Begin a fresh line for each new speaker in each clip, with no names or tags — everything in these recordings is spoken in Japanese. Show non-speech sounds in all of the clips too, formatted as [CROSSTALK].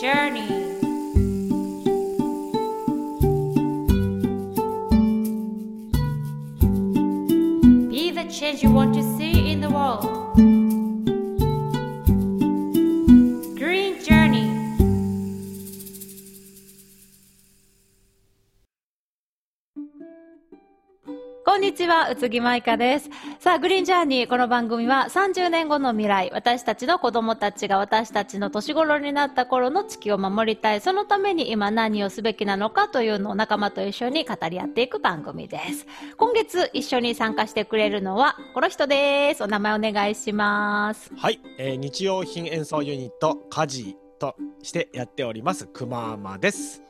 journey. Be the change you want to see in the world. Green Journey.
こんにちは、宇津木舞香です。さあ、グリーンジャーニー、この番組は30年後の未来、私たちの子供たちが私たちの年頃になった頃の地球を守りたい、そのために今何をすべきなのかというのを仲間と一緒に語り合っていく番組です。今月一緒に参加してくれるのは、この人です。お名前お願いします。
はい、えー日用品演奏ユニットカジとしてやっておりますくまーまです。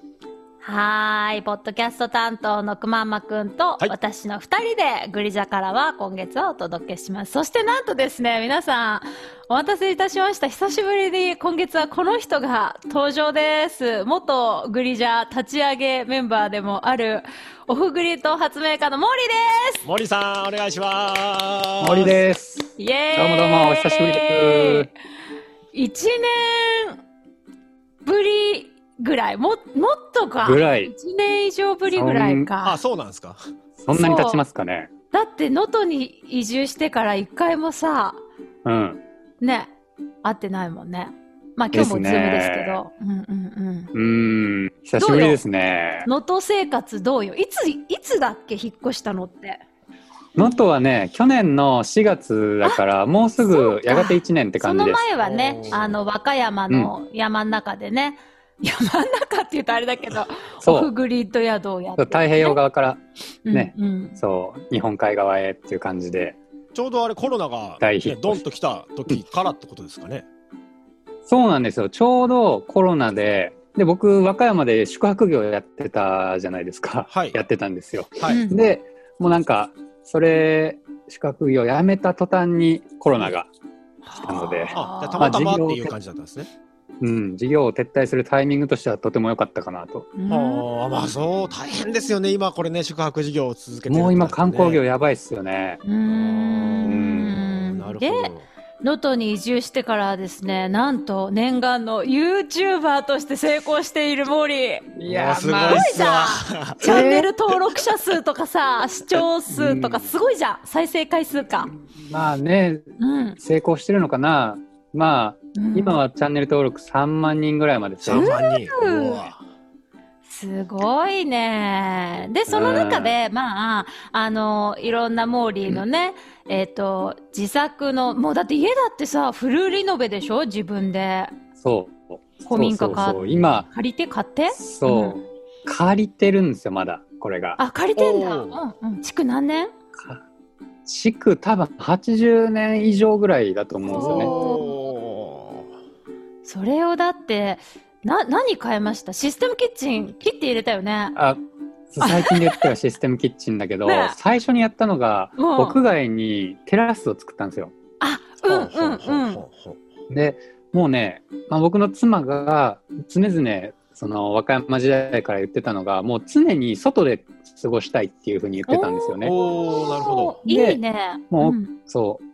はーい、ポッドキャスト担当のくまんまくんと、
はい
私の二人でグリジャからは今月はお届けします。そしてなんとですね、皆さん、お待たせいたしました。久しぶりに今月はこの人が登場です。元グリジャ立ち上げメンバーでもある、オフグリと発明家のモーリーで
森さんお願いします。
森
す。
です。
すイエーイ
どうもどうも、お久しぶりです。
一年ぶりぐらい、も、もっとか。
ぐらい
一年以上ぶりぐらいか。
あ、そうなんですか。
そんなに経ちますかね。
だって能登に移住してから一回もさ
うん。
ね会ってないもんねまあ今日もズ
で
ー
すね
ムですけどうんうんうん
うーん。久しぶりですね。
能登生活どうよいついつだっけ引っ越したのって
能登はね、去年の4月だから、もうすぐ、やがて1年って
そ
感じ
の
です。
前はね
おー
あの和歌山の山の中でね、 [LAUGHS] 山の中って言うとあれだけどオ
そ
フ
う。
グリッド宿をやって、
太平洋側から、ね
うんうん
そう、日本海側へっていう感じで。
ちょうどあれコロナが、
大ヒッ
ね、
ト
ドンと来た時からってことですかね。
そうなんですよ。ちょうどコロナで、で、僕、和歌山で宿泊業やってたじゃないですか。 [LAUGHS]
はい
やってたんですよ。
は
う
い。
ん
で、もうなんか、それ、宿泊業やめた途端にコロナがたので
あ、じゃあた
ま
ま
あ
たまってい
事
う
業
感じだったんですね。
うん、事業を撤退するタイミングとしてはとても良かったかなと。
うん
ああ、まあそう大変ですよね。今これね宿泊事業を続けてるってな
も
ると
う
ね
今観光業。やばいっすよね。
うーん
なるほ
で
ど。
能登に移住してからですね、なんと念願の YouTuber として成功しているモーリー。
い
い
やすごいっすわ。
チャンネル登録者数とかさ、視聴数とかすごいじゃん。再生回数か。
まあね、
うん。
成功してるのかな。まあ、
うん
今。はチャンネル登録3万人ぐらいまで成
三
功
万人。
うん
うわ
すごいね。で、その中で、まあ、あの、いろんなモーリーのね、えっと、自作の、もうだって家だってさ、フルリノベでしょ自分で。
そう。
古民家
そう
か
そうそう今、
借りて買って
そう、
う
借りてるんですよ、まだ、これが。
あ、借りてんだ。う
お
んうん。築何年
築多分80年以上ぐらいだと思うんですよね。
おー
それをだって、な、何変えましたシステムキッチン切って入れたよね。
あ最近で言ったらシステムキッチンだけど、
ね
最初にやったのが、
うん
屋外にテラスを作ったんですよ。
あ、うん
ほ
うん
ほ
うん。
ほほ
でもうね、まあ、僕の妻が常々その和歌山時代から言ってたのがもう常に外で過ごしたいっていうふうに言ってたんですよね。
おーなるほど。
いいね。
もうんそう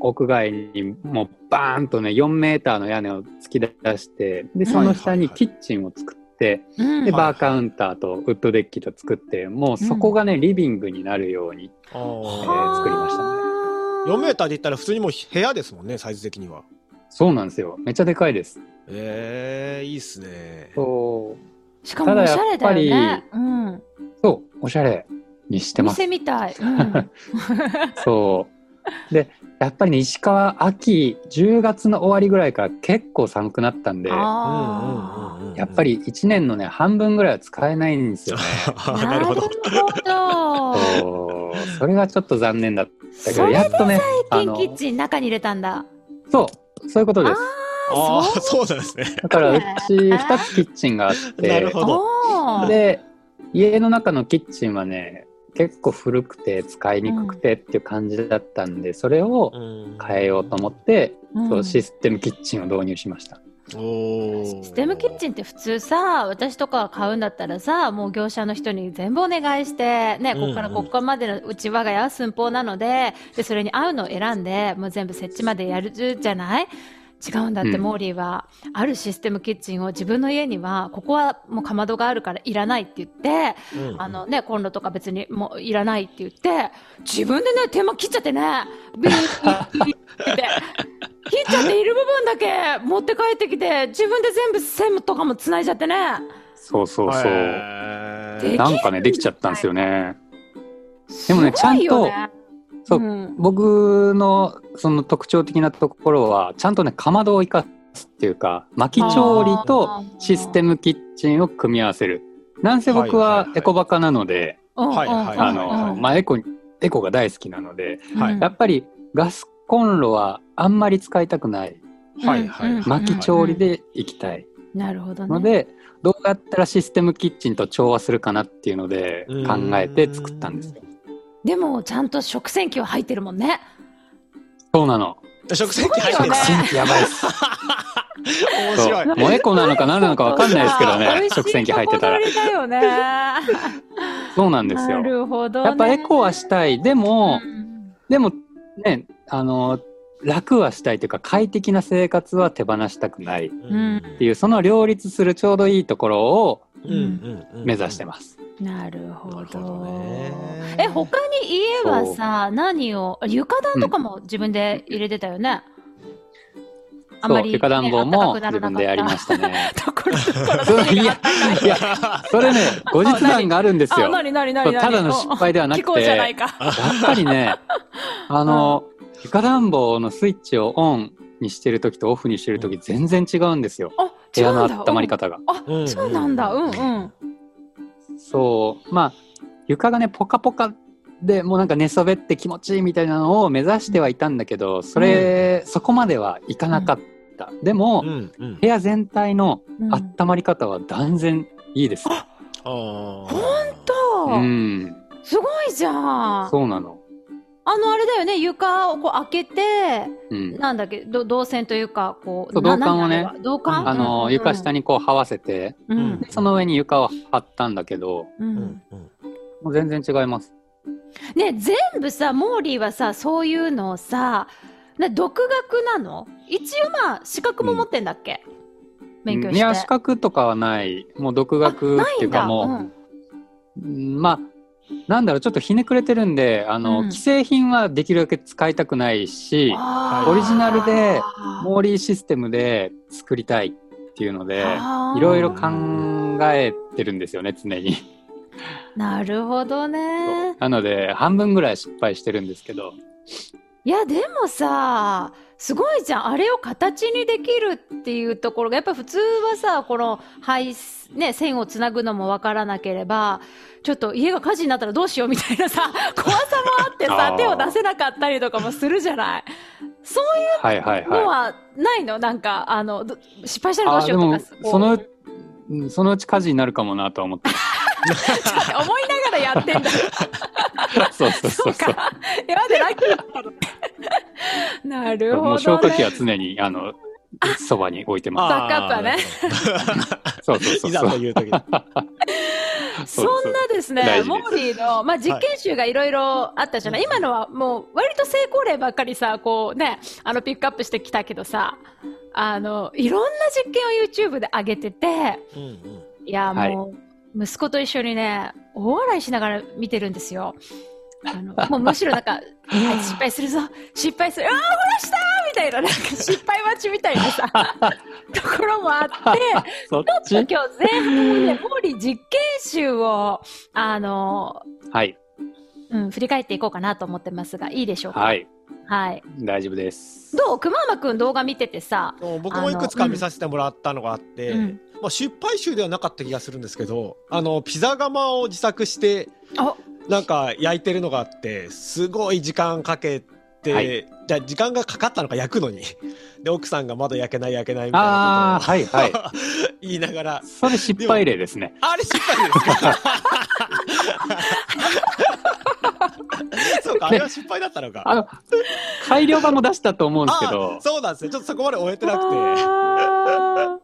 屋外にもうバーンとね4メーターの屋根を突き出してでその下にキッチンを作って、
うん
でバーカウンターとウッドデッキと作ってもうそこがね、リビングになるようにえ
あ
ー作りましたね
ー4メーターで言ったら普通にもう部屋ですもんね、サイズ的には。
そうなんですよめっちゃでかいです。
えー、いいっすね。
そう
しかもおしゃれだよ
ただやっ
ね
ぱ。
うん。
そうおしゃれにしてます。
店みたい。
[LAUGHS]
うん。
そう。で、やっぱりね、石川、秋、10月の終わりぐらいから結構寒くなったんで、や
あ
うんうんうんうん
っぱ。り1年のね、半分ぐらいは使えないんですよね。
あ。
あ [LAUGHS] なるほど。。
[LAUGHS]
なるほど。
そうそれがちょっと残念だったけ
そ
ど、
れ
やっとね、
キ
あ
ン
の
キ、ッチン中に入れたんだ。
そう、そういうことです。
あ
そ
あ、そうなんですね。
だから、うち2つキッチンがあっ
なる
て、
ほど。
おー
で、家の中のキッチンはね、結構古くて使いにくくてっていう感じだったんで、それを変えようと思って、
うん
そうシステムキッチンを導入しました。
おー
システムキッチンって普通さ私とか買うんだったらさもう業者の人に全部お願いして、ね、
うん
ここからここまでのうち我が家は寸法なのででそれに合うのを選んでもう全部設置までやるじゃない違うんだって、
うん
モーリーはあるシステムキッチンを自分の家にはここはもうかまどがあるからいらないって言って
うん
あのねコンロとか別にもういらないって言って自分でね手間切っちゃってねビーッビーッビーッって切っちゃっている部分だけ持って帰ってきて自分で全部線とかもつないじゃってね
そうそうそう、
へ
で
ー
なんかねできちゃったんですよねでもね
すごいよね
ちゃそう
うん
僕のその特徴的なところはちゃんとねかまどを生かすっていうか薪調理とシステムキッチンを組み合わせるなんせ僕
はいはい
は
はい
エコバカなので
うん
はいはい
うん
あ
う
の
ん
まあエコエコが大好きなので
はい
うん
やっぱりガスコンロはあんまり使いたくない
はいはいはい
薪調理でいきたい
なるほどね
のでどうやったらシステムキッチンと調和するかなっていうので考えて作ったんですよ
でもちゃんと食洗機は入ってるもんね
そうなの
食洗機入って
そう
る
だね
食洗機やばい
[LAUGHS]
っす
面
そ。
白いう
もうエコなのか何なのかわかんないですけどね食洗機入ってたら
美味しいとこ取りだよね
そうなんです
な
よ
るほど、ね、
やっぱエコはしたいでも、
うん
でもねあの楽はしたいというか快適な生活は手放したくないっ
ん
ていうその両立するちょうどいいところを
うんうんうん
目指してます、
なるほど
なるほどね
え他に家はさ何を床暖とかも自分で入れてたよね、あんま
そう
り、ね、
床暖房
暖か
も
くならなかった
自分でやりましたね
[LAUGHS] ところどころ
そういやいやそ
[LAUGHS]
れね後日談があるんです
あ
よ
何何
そ
何
う
何
ただの失敗ではな
気
く
候
て
じゃな
や
い
っ
か
ぱ
[LAUGHS]
りねあの床暖房のスイッチをオンにしてる時とオフにしてる時全然違うんですよ
あ
部屋の
違うんだ
温まり方が
あ、
うん
そうなんだうんうん
そうまあ床がねポカポカでもうなんか寝そべって気持ちいいみたいなのを目指してはいたんだけどそれ、そこまではいかなかった、でも、
うんうん
部。屋全体の
うん
温まり方は断然いいです、、
本
そううんすごいじゃんあ
そうなの、
のあれだよね床をこう開けて
うん、
なんだっけど動線というかこう
そう
な
銅管をね
何あれは銅管
あの、床下
に
にこう這わせて
うん
その上に床を張ったんだけど
うん
うんうん。
もう全然違います
ね全部さモーリーはさそういうのをさね独学なの一応まあ資格も持ってんだっけ、勉強し
うん
て
いや資格とかはないもう独学っていうかもう、
ないんだ
うんまあなんだろうちょっとひねくれてるんであの、
うん
既製品はできるだけ使いたくないし
あー
オリジナルで
あー
モーリーシステムで作りたいっていうので
あー
いろいろ考えてるんですよね常に
なるほどね
なので半分ぐらい失敗してるんですけど
いやでもさすごいじゃんあれを形にできるっていうところがやっぱ普通はさこの配線ね、線をつなぐのもわからなければちょっと家が火事になったらどうしようみたいな
[LAUGHS]
さ怖さもあってさ
あー
手を出せなかったりとかもするじゃないそうい
はいはいう
の
はい
はないのなんかあのど失敗したらどう
あー
し
で
よう
も
とかこう [LAUGHS]
そのうんそのうち火事になるかもなとは思って
思いながらやって
[LAUGHS]
んだ [LAUGHS]
そうそう
そ
そううそう
か。え、待って、ラッキーだったの [LAUGHS] なるほど、ね。
もう消火器は常にあのそばに置いてま
バックアップはね
すそうそ
あー。い
うそう
ざ
そう
とい
[LAUGHS]
う時。
そんなですね、
大事です
モーリーの、まあ、実験集がいろいろあったじゃない、今のはもう、割と成功例ばっかりさ、こうね、あの、ピックアップしてきたけどさ、あの、いろんな実験を YouTube で上げてて、
うんうん。
いや、
はい
もう、息子と一緒にね、大笑いしながら見てるんですよ。あの、もうむしろ
[LAUGHS]
なんか、あ失敗するぞ、失敗する、ああ、ほらしたみたいな、なんか失敗待ちみたいな
[LAUGHS]
さ、ところもあって、
そっ
ちょっ
ち
と今日前半でモーリー実験集を、あの、
はい
うん、振り返っていこうかなと思ってますが、いいでしょうか。
はい
はい。
大丈夫です。
どう熊山くん動画見ててさ、
そう僕もいくつか見させてもらったのがあって、
うん
まあ、失敗集ではなかった気がするんですけどあのピザ窯を自作して
あ
なんか焼いてるのがあってすごい時間かけて、
はい
じゃあ時間がかかったのか焼くのにで奥さんがまだ焼けない焼けないみたい
あ
な
あはい
ことを、
はい。
言いながら
それ失敗例ですね。
あれ失敗ですかそうかあれは失敗だったのか。
あの改良版も出したと思うんですけ
あ
ど
ー、そうなんですねちょっとそこまで終えてな
あ
くて。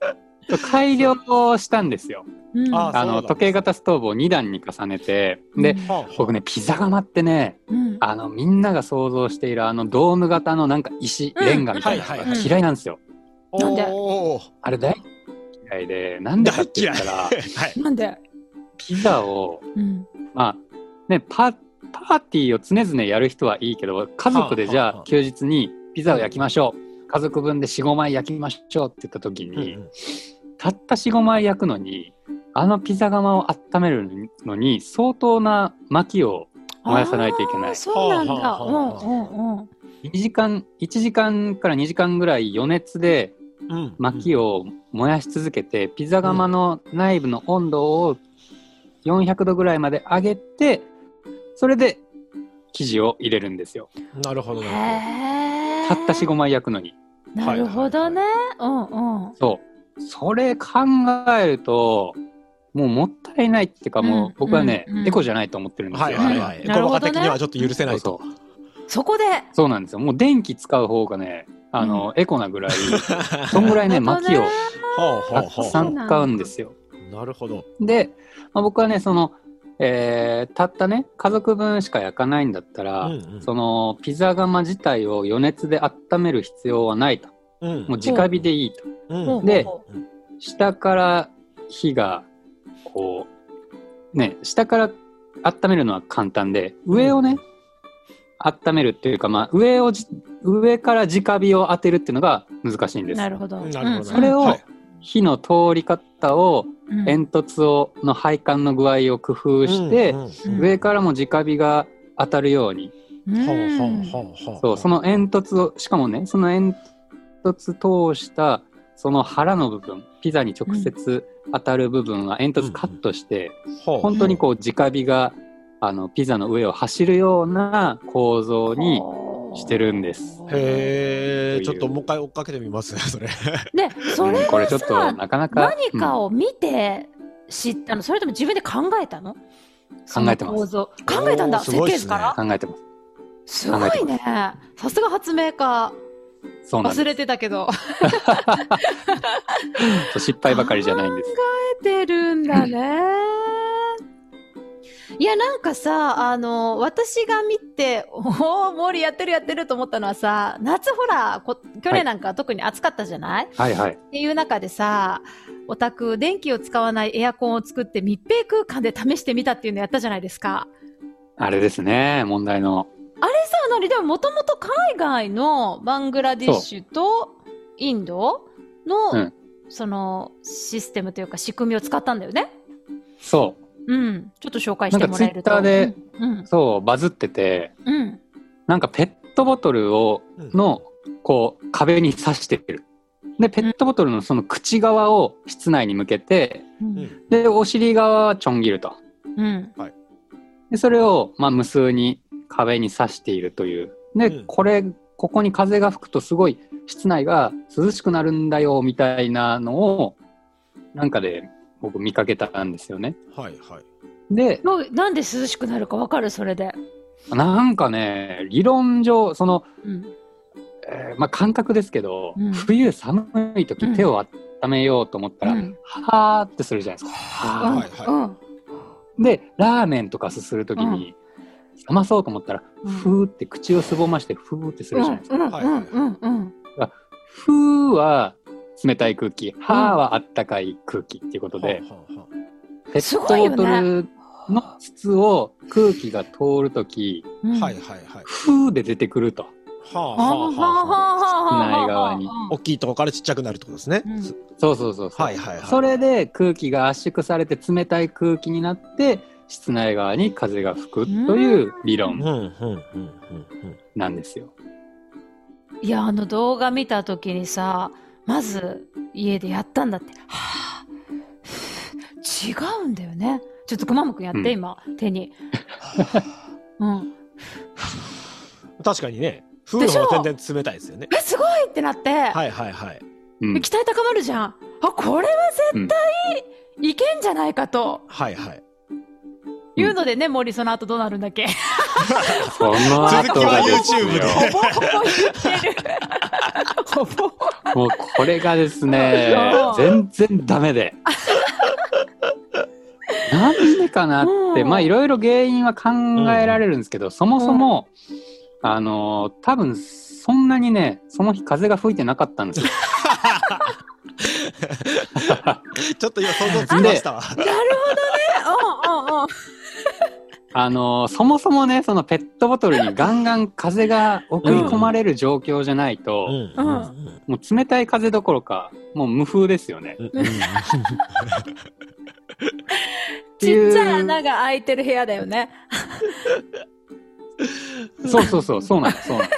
ー
改良をしたんですよ。
うん
あそ
あ
うなん
の
だ
時計型ストーブを2段に重ねて、で
はあ
僕ねピザ窯ってね、
うん
あのみんなが想像しているあのドーム型のなんか石、
うん
レンガみたいな
はい
の
はい
が
はい
嫌いなんですよ。
なんで
おー
あれ大嫌いでなんでかって言ったら
はい。
なんで、
ピザを
うん、
まあねパパーティーを常々やる人はいいけど家族でじ
はあ
ゃ
は
あ
あ
休日にピザを焼きましょう家族分で45枚焼きましょうって言った時に、たった45枚焼くのにあのピザ窯を温めるのに相当な薪を燃やさないといけない
あーそうなん
は
だ
あ
う
はあ
ん
はあ
うんうん
2時間1時間から2時間ぐらい余熱で
うん
薪
を。
を燃やし続けて、ピザ窯の内部の温度を400度ぐらいまで上げてそれで生地を入れるんですよ
なるほど、なる
へえ
たった45枚焼くのに
なるほどね、うんうん
そうそれ考えるともうもったいないっていうかも
うん
う僕はね、
うんうん
エコじゃないと思ってるん
ほ
で
ど。
すよ、
はいはい
あ
は
う
い。
ん
こ
なる
の
ほどね
若的にはちょっと許せ
れ
な
はいそう
と。
そう
そこで
そうなんですよもう電気使う方がねあの、エコなぐらいそんぐらいね
なるほど
薪
ね
を
ほう [LAUGHS] ほ
た
うほ
く
う
さ
ほ
ん使うんですよ
う。なるほど。
で、まあ、僕はねその、えーたったね家族分しか焼かないんだったら、
うんうん
そのピザ窯自体を余熱で温める必要はないと
うん
もう直火でいいと、
うん
で
ほうほ
下から火がこうね下から温めるのは簡単で上をね、温めるっていうか、まあ、上をじ上から直火を当てるっていうのが難しいん
う
です
なるほど
なるほどね。
それを
はい
火の通り方を
うん
煙突をの配管の具合を工夫して、
うんうん
うん
上からも直火が当たるように
うん
ほうほうほうほう。
そうその煙突をしかもねその煙突通したその腹の部分ピザに直接当たる部分は煙突カットして、
ほう
本当にこう直火があのピザの上を走るような構造にしてるんです。
へ
とい
え、
う
ちょっともう一回追っかけてみます、 [LAUGHS] それ。
でそれ
うんこれちょ
は
っと
さ
なかなか
何かを見て知ったのそれとも自分で考えたの
考えて
その
ます
構造考えたんだ
おーす
設
ごい
計
っ
図
すね
から
うん考えてます。
すごいねさすが発明家
そうなん
忘
で
れてたけど
す。失敗ばかりじゃないんです。
出てるんだね。いや、なんかさ、あの、私が見て、おお、モーリーやってるやってると思ったのはさ、夏ほら、こ去年なんかは特に暑かったじゃない、
はいはい。
っていう中でさ、お宅、電気を使わないエアコンを作って密閉空間で試してみたっていうのやったじゃないですか。
あれですね問題の。
あれさ、なにでももともと海外のバングラディッシュとインドの、
うん
そのシステムというか仕組みを使ったんだよね。
そ
うん、ちょっと紹介してもらえると。
なんか Twitter で、
うん
う、そうバズってて
うん、
なんかペットボトルをのこう壁に刺してる。でペットボトルのその口側を室内に向けて
う、
うんん
でお尻側はちょん切ると。
うん、
でそれを、まあ、無数に壁に刺しているというで、
うん
これここに風が吹くとすごい室内が涼しくなるんだよみたいなのをなんかで僕見かけたんですよね。
はいはい。
で
どうなんで涼しくなるかわかるそれで。
なんかね理論上その、
うん、
えーまあ、感覚ですけど、
うん
冬寒い時、
うん
手を温めようと思ったら、
うん
はーってするじゃないですか。
は
はい
うん
は
うん、
でラーメンとかすする時に、冷まそうと思ったら、
うん
ふーって口をすぼましてふーってす
うん
るじゃないですか。、
うん、うん、うん、
ふーは冷たい空気、はーはあったかい空気っていうこと
い。
で、
はあはあは
ペ
す
ッ
ご
ト
い
ボ
よね
トルの筒を空気が通るとき、
うん。
あはいはいはい。
ふーで出てくると。
はあ
はあはあ
はあ。
はあはあはあ。
室内側に
大きいとこからちっちゃくなるってことですね。
うん
す
そうそうそうそう。
はいはいはい。
それで空気が圧縮されて冷たい空気になって、室内側に風が吹くという理
うんう
論
んうんうんうん。
なんですよ。
いや、あの動画見たときにさ、まず家でやったんだって。はあ、違うんだよね。ちょっとくまもくんやって、
うん
今、手 [LAUGHS] に。うん。
確かにね、風の方が全然冷たいですよね。
え、すごいってなって、
はいはいはい。
うん
期待高まるじゃん。あ、これは絶対いけんじゃないかと。
はいはい。
いうのでね、森、その後どうなるんだっけ
その
続
後
きは
がです
YouTube
よ。
で。
ほぼほぼ言ってる。ほぼ。、
もうこれがですね全然ダメで。なんでかなって、
うん
まあいろいろ原因は考えられるんですけど、そもそも、あのー多分そんなにね、その日風が吹いてなかったんですよ。
ちょっと今想像つきましたわ。
[LAUGHS] なるほどね。うんうんうん。
あのーそもそもねそのペットボトルにガンガン風が送り込まれる状況じゃないと、
うん
うん
もう冷たい風どころかもう無風ですよね。っ
うん
て
ち
いう
っちゃい穴が開いてる部屋だよね。
そうそうそうそうなのそうなの。っ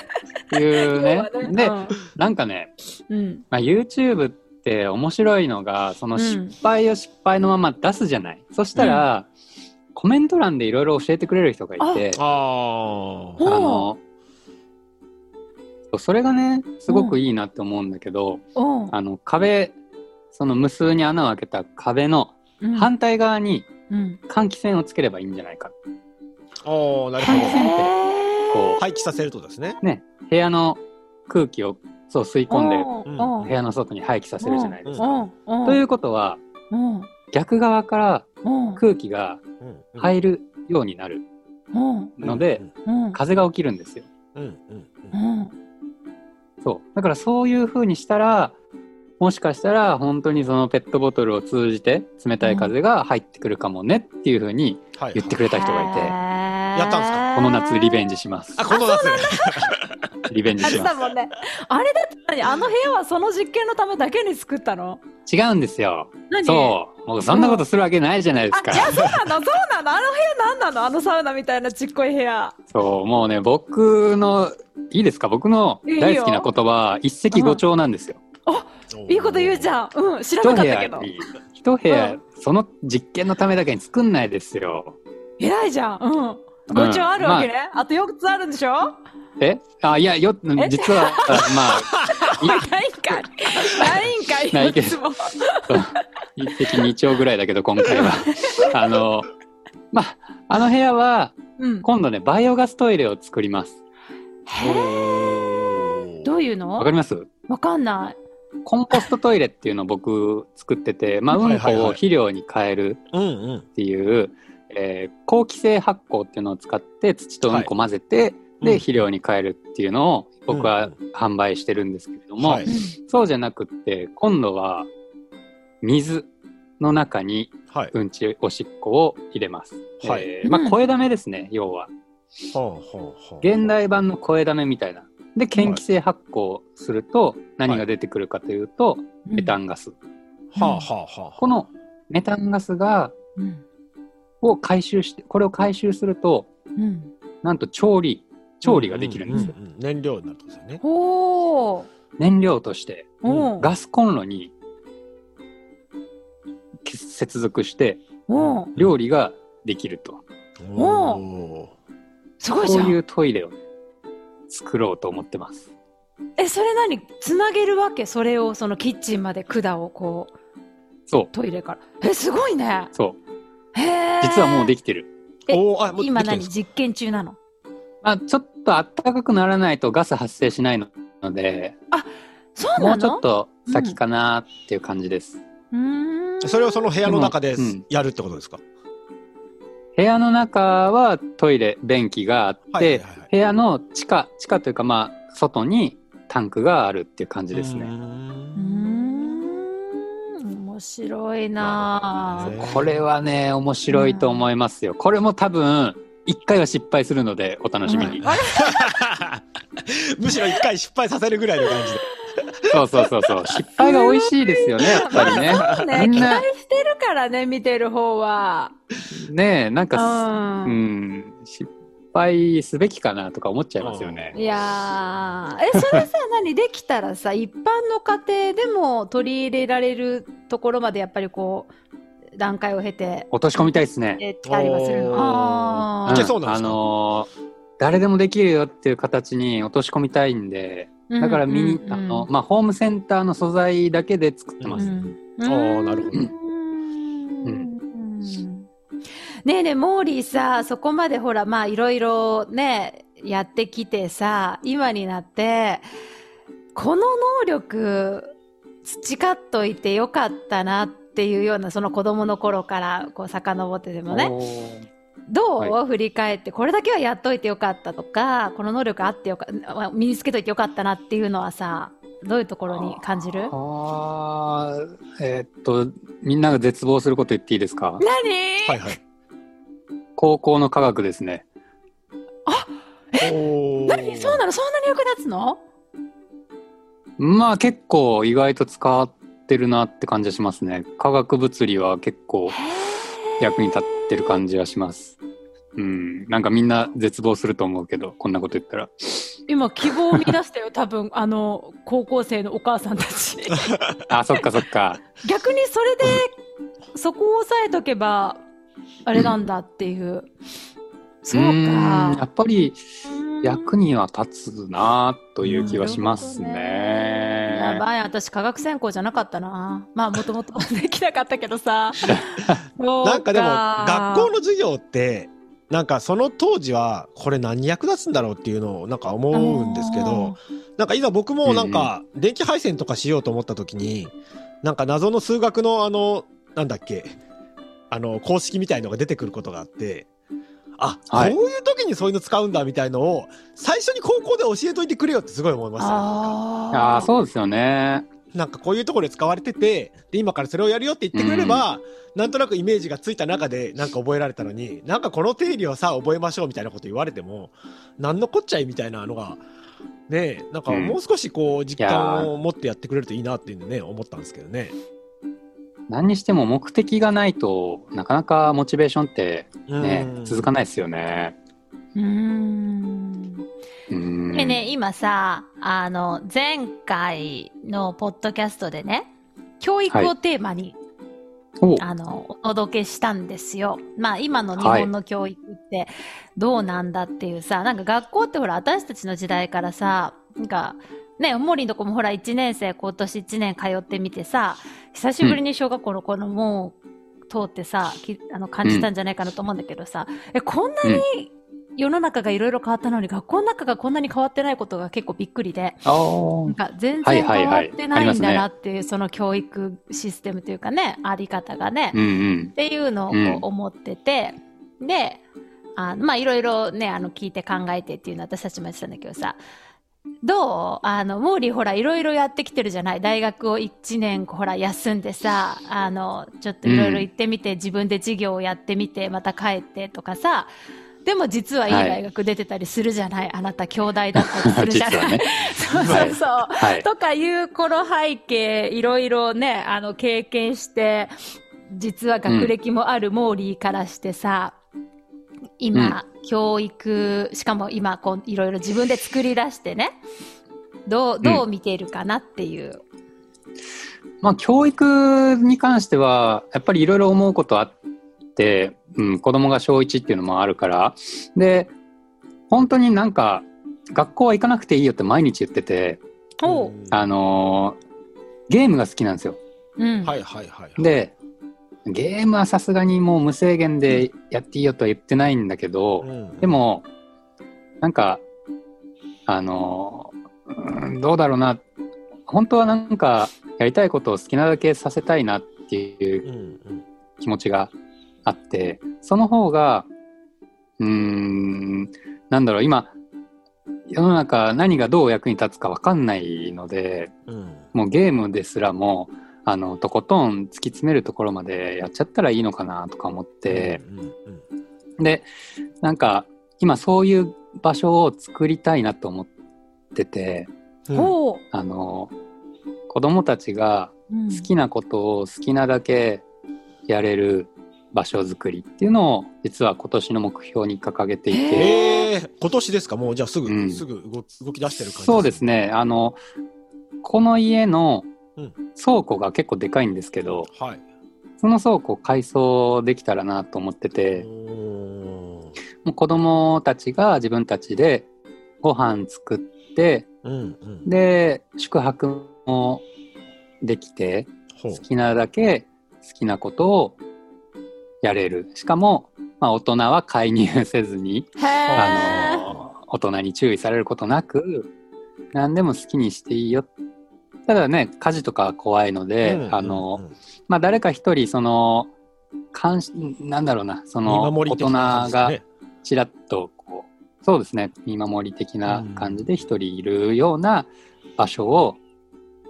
ていうね
[LAUGHS] 要は。
でなんかね、
うん。
まあ、YouTube って面白いのがその失敗を失敗のまま出すじゃない。そしたら、コメント欄でいろいろ教えてくれる人がいて。
ああ。
ほう
あのそれがねすごくいいなって思うんだけど、
うん。うん
あの壁その無数に穴を開けた壁の
うん
反対側に
うん。
換気扇をつければいいんじゃないか、
おーなるほ
換気扇
ど。
ってこ
廃棄させるとですね。
うね部屋の空気をそう吸い込んで
う
部屋の外に廃棄させるじゃないですか。
うんうん。
ということは
うん。
逆側から
うん。
空気が
うん
入るようになる
うん。
ので、、
うん。
風が起きるんですよ。
うんうん
う
うん
ん。
そうだからそういう風にしたらもしかしたら本当にそのペットボトルを通じて冷たい風が入ってくるかもねっていう風に
はい。
言ってくれた人がいて、
や
やったんす
か
この夏リベンジします
あ、この夏。
リベンジ
あ
し
れ
ま
だもんね。あれだって何あの部屋はその実験のためだけに作ったの
す違うんですよ
何
そうもうそんなことするわけないじゃないです
あ、
か
いや、そうなの、そうなの。あの部屋何なのあのサウナみたいなちっこい部屋。
そうもうね僕のいいですか僕の大好きな言葉一石五鳥なんですよ
[LAUGHS]
いいこと言うじ
ん。
ゃん。うん、知ら
一
なか
部
った
屋
けど。
に一部屋、
う
その実験のためだけに作んないですよ
偉いじゃん。うん。五丁あるわけね。あと4つあるんでしょ
えあいやよ実はあまあ
ないんかい。ないんかい。
ないけ
い
ど
つも。
一石二鳥ぐらいだけど今回
[LAUGHS]
はあのまああの部屋は
うん。
今度ねバイオガストイレを作ります
どういう
わ
の
かります
わかんない。
コンポストトイレっていうのを僕作ってて、まあ、
は
う
い
んこ
はい
を
はい
肥料に変える
うんうん。
っていう、えー好気性発酵っていうのを使って土とうんこ混ぜて、
うん
で肥料に変えるっていうのを僕は販売してるんですけれども、
はい。
そうじゃなくって今度は水の中に
はい。
うんちおしっこを入れます。
はい
えーまあ、声だめですね、要は。
ほうほうほう。
現代版の声だめみたいな。で、嫌気性発酵すると何が出てくるかというと、メタンガス。
はあはあはあ。
このメタンガスが、を回収して、これを回収すると、
うん。
なんと調理、調理ができるんですよ。
ううううん燃料になるんですよね。
おー。
燃料として、
うん。
ガスコンロに接続して、
うん。
料理ができると。
お
お
す
こ
ご
う
いじゃ
い
ん。
うトイレを作ろうと思ってます。
え、それ何つなげるわけそれを、そのキッチンまで管をこう、
そう。
トイレから。え、すごいね。
そう
へえ。
実はもうできてる、
え
ーおーあもう
今
できてるん
何
です
実験中なの
まあ、ちょっと暖かくならないとガス発生しないので
そう
も
な
うちょっ
の
と先かなっていう感じです、
うーん。
それをその部屋の中で
でもうん
やるってことですか。
部屋の中はトイレ便器があって、
はいはいはい
部屋の地下地下というかまあ外にタンクがあるっていう感じです
うー
ね、
うー
ん。 [LAUGHS]
ん。面白いな
なるほどね
ぁ。
これはね面白いと思いますよこれも多分一回は失敗するのでお楽しみに、
あれ
むしろ一回失敗させるぐらいの感じで。
そうそうそうそう失敗が美味しいですよねやっぱりね
ね、
み
期
んな
待してるからね、見てる方は。
ねえなん
う。
かうんん、失敗すべきかなとか思っちゃいますよね。
いやーえ、それさ、 [LAUGHS] 何できたらさ、一般の家庭でも取り入れられるところまでやっぱりこう、段階を経て、
落とし込みたいですね。
えたりはするの
おー
あ
い
ー
けそうなんですか
あのー誰でもできるよっていう形に落とし込みたいんで、だからミニ、
うんうんうん
あのまあホームセンターの素材だけで作ってます。
うん
あーなるほど
うんねえねえ、モーリーさ、そこまでほら、まあいろいろね、やってきてさ、今になって、この能力、培っといてよかったなっていうような、その子供の頃から、こう遡ってでもね、
おー
どう、
は
振り返って、これだけはやっといてよかったとか、この能力あってよか、身につけといてよかったなっていうのはさ、
どういうところに感じる
あーえーっとみんなが絶望すること言っていいですか
何、
はいはい。
高校の科学ですね
おー
何そうなのそんなに役立つの
まあ結構意外と使ってるなって感じはしますね科学物理は結構役に立ってる感じはしますうんなんかみんな絶望すると思うけどこんなこと言ったら
今希望を見出したよ多分あの高校生のお母さんた
[LAUGHS]
ち
あそっかそっか
逆にそれでそこを押さえとけばあれなんだっていう、そう
ーんや
か
っぱり役には立つなという気はしますね。
やばい私科学専攻じゃなかったなまあもともとできなかったけど
[LAUGHS]
さ
な
なん
かでも学校の授業ってなんかその当時はこれ何に役立つんだろうっていうのをなんか思うんですけどなんかいざ僕もなんか電気配線とかしようと思った時になんか謎の数学のあのなんだっけあの公式みたいのが出てくることがあってあ、
はい
こういう時にそういうの使うんだみたいのを最初に高校で教えといてくれよってすごい思いましたねなんか。
ああ
あー
そうですよね。
なんかこういうところで使われててで今からそれをやるよって言ってくれれば、なんとなくイメージがついた中でなんか覚えられたのになんかこの定理をさ覚えましょうみたいなこと言われてもなんのこっちゃいみたいなのがねえなんかもう少しこう実感を持ってやってくれるといいなっていうのね思ったんですけどね。
何にしても目的がないとなかなかモチベーションってね、
うん
続かないですよね。
うーん
うん。
でね、今さ、あの、前回のポッドキャストでね、教育
は
をテーマに、
お
あの、お届けしたんですよ。まあ、今の日本の教育ってどうなんだっていうさ、なんか学校ってほら、私たちの時代からさ、なんか、ね、モーリーのとこもほら、1年生、今年1年通ってみてさ、久しぶりに小学校のこの門を通ってさ、きあの感じたんじゃないかなと思うんだけどさ、え、こんなに世の中がいろいろ変わったのに、学校の中がこんなに変わってないことが結構びっくりで。
あ
なん
ー
か全
はい
然
はい
変
は
わ
い
ってないんだな
あ
っていう、その教育システムというかね、あり方がね、
うんう
っ
ん。
ていうのをこ
うん
う思ってて、で、あのまあいろいろね、あの聞いて考えてっていうの私たちもやってたんだけどさ、どうあの、モーリーほらいろいろやってきてるじゃない大学を1年ほら休んでさ、あの、ちょっといろいろ行ってみて、自分で授業をやってみて、また帰ってとかさ、でも実はいい
はい
大学出てたりするじゃない、あなた兄弟だったり [LAUGHS] するじゃ
実
な、
はいね
そう [LAUGHS] そうそう。
はい。
とかいうこの背景、いろいろね、あの、経験して、実は学歴もあるモーリーからしてさ、今、教育、しかも今、こう、いろいろ自分で作り出してね、どう、どう見ているかなっていう。
まあ教育に関してはやっぱりいろいろ思うことあって、うん、子供が小1っていうのもあるからで本当になんか学校は行かなくていいよって毎日言ってて
ほ
うん
あのーゲームが好きなんですよ。
う。うん。
はいはいはいはい。
でゲームはさすがにもう無制限でやっていいよとは言ってないんだけど、
うん
でもなんかあのうんどうだろうな本当はなんかやりたいことを好きなだけさせたいなっていう
うんうん
気持ちがあってその方がうーんなんだろう今世の中何がどう役に立つか分かんないので
うん
もうゲームですらもあのとことん突き詰めるところまでやっちゃったらいいのかなとか思って、
うんうん
でなんか今そういう場所を作りたいなと思ってて
うん
ほう
あの子供たちが
うん
好きなことを好きなだけやれる場所づくりっていうのを実は今年の目標に掲げていて、
ええ今年ですかもうじゃあすぐ、
うん
すぐ動き動き出してる感じ
そうです。ねあのこの家の
うん
倉庫が結構でかいんですけど
はい。
その倉庫を改装できたらなと思ってて
おー
もう子供たちが自分たちでご飯作って
うんうん。
で宿泊もできて
ほう
好きなだけ好きなことをやれるしかも、まあ、大人は介入せずに、
へえ
あの大人に注意されることなく何でも好きにしていいよただね家事とかは怖いので、
うんうんうん
あのまあ、誰か一人その監視なんだろうなその
見守
大
り
人
的な感じです
が
ね
ちらっとこうそうですね見守り的な感じで一人いるような場所を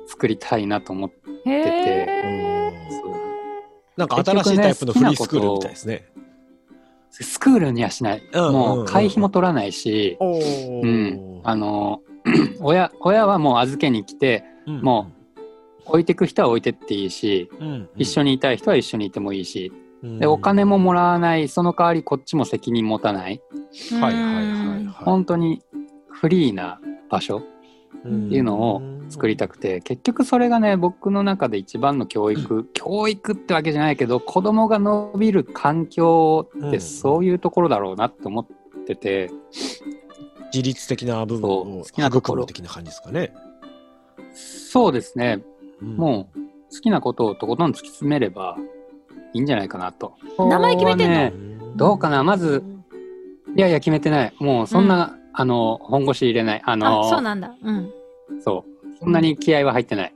作りたいなと思って
へえ。
そう
なんか新しいタイプのフリースクールみたいですね。
スクールにはしない、
うんうんうん
もう会費も取らないし、
お
うん、あの [CLEARS THROAT] 親親はもう預けに来ても置いてく人は置いてっていいし
うん、うん
一緒にいたい人は一緒にいてもいいし、
うん
でお金ももらわないその代わりこっちも責任持たない
はいはいはいは
本当にフリーな場所
い。
っていうのを作りたくて結局それがね僕の中で一番の教育教育ってわけじゃないけど子供が伸びる環境っ
う
て
ん
そういうところだろうなって思ってて
自律的な部分
そう
を
好きなとこ
育
ろ
む的な感じですかね。
そうですね
うん
もう好きなことをとことん突き詰めればいいんじゃないかなと。
名前決めてんの
ここはねどうかなまずいやいや決めてないもうそんな、あの本腰入れないあの
あ、そうなんだ。うん。
そうそんなに気合は入ってない、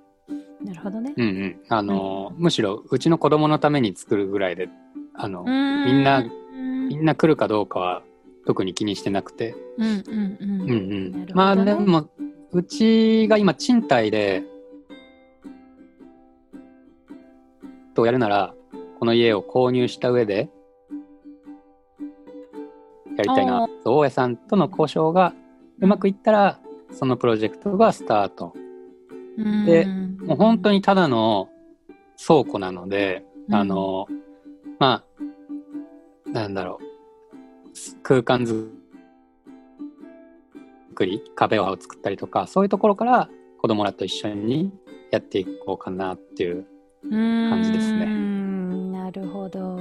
なるほどね。
うんうんあのむしろうちの子供のために作るぐらいであの、
うー
みんな
うん
みんな来るかどうかは特に気にしてなくて、
うんうんうん。
うんうん
なるほどね
まあでもうちが今賃貸でとやるならこの家を購入した上でやりたいなと大家さんとの交渉がうまくいったらそのプロジェクトがスタート
うん
でもう本当にただの倉庫なので、
うん
あのまあなんだろうす空間づくり壁を作ったりとかそういうところから子供らと一緒にやっていこうかなっていう
感
じですね
なるほど。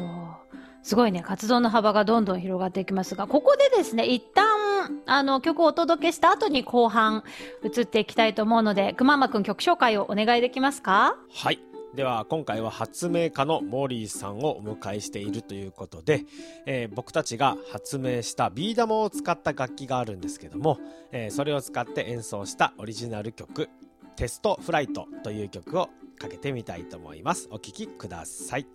すごいね、活動の幅がどんどん広がっていきますが、ここでですね、一旦、あの、曲をお届けした後に後半移っていきたいと思うので、くままくん曲紹介をお願いできますか
はい。では今回は発明家のモーリーさんをお迎えしているということで、えー僕たちが発明したビー玉を使った楽器があるんですけども、えーそれを使って演奏したオリジナル曲「テストフライト」という曲をかけてみたいと思います。お聴きください。。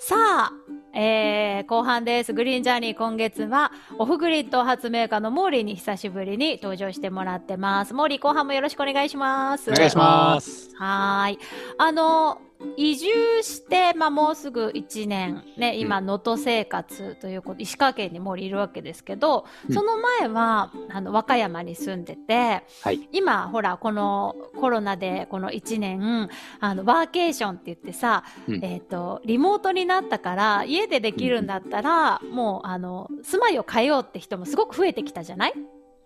さあ、えー後半です。グリーンジャーニー今月は、オフグリッド発明家のモーリーに久しぶりに登場してもらってます。モーリー後半もよろしくお願いします。
お願いします
はーい。あの、移住して、まあ、もうすぐ1年、ね、今、能登生活ということ、石川県にもういるわけですけど、
うん
その前は、あの、和歌山に住んでて、
はい
今、ほら、このコロナで、この1年、あの、ワーケーションって言ってさ、
うん
えっ、と、リモートになったから、家でできるんだったら、もう、あの、住まいを変えようって人もすごく増えてきたじゃない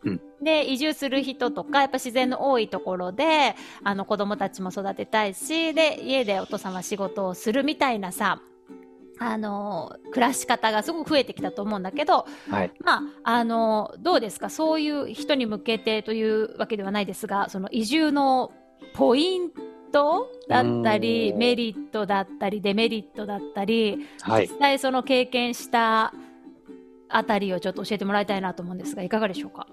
うん
で、移住する人とか、やっぱ自然の多いところで、あの子供たちも育てたいし、で、家でお父さんは仕事をするみたいなさ、あの、暮らし方がすごく増えてきたと思うんだけど、
はい
まあ、あの、どうですかそういう人に向けてというわけではないですが、その移住のポイントだったり、
うん
メリットだったり、デメリットだったり、
はい
実際その経験したあたりをちょっと教えてもらいたいなと思うんですが、いかがでしょうか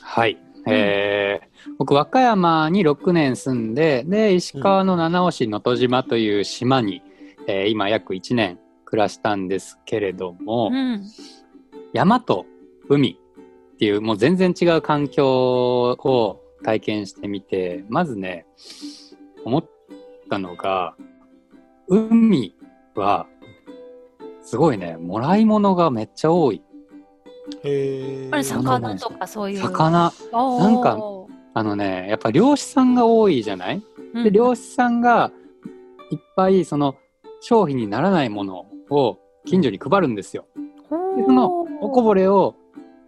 はい。えー僕和歌山に6年住んでで石川の七尾市能登島という島に、えー今約1年暮らしたんですけれども、
うん
山と海っていうもう全然違う環境を体験してみてまずね思ったのが海はすごいねもらい物がめっちゃ多い
へ
これ
さ
魚とかそういう。
魚
おー。
なんかあのねやっぱ漁師さんが多いじゃないで漁師さんがいっぱいその商品にならないものを近所に配るんですよ。でそのおこぼれを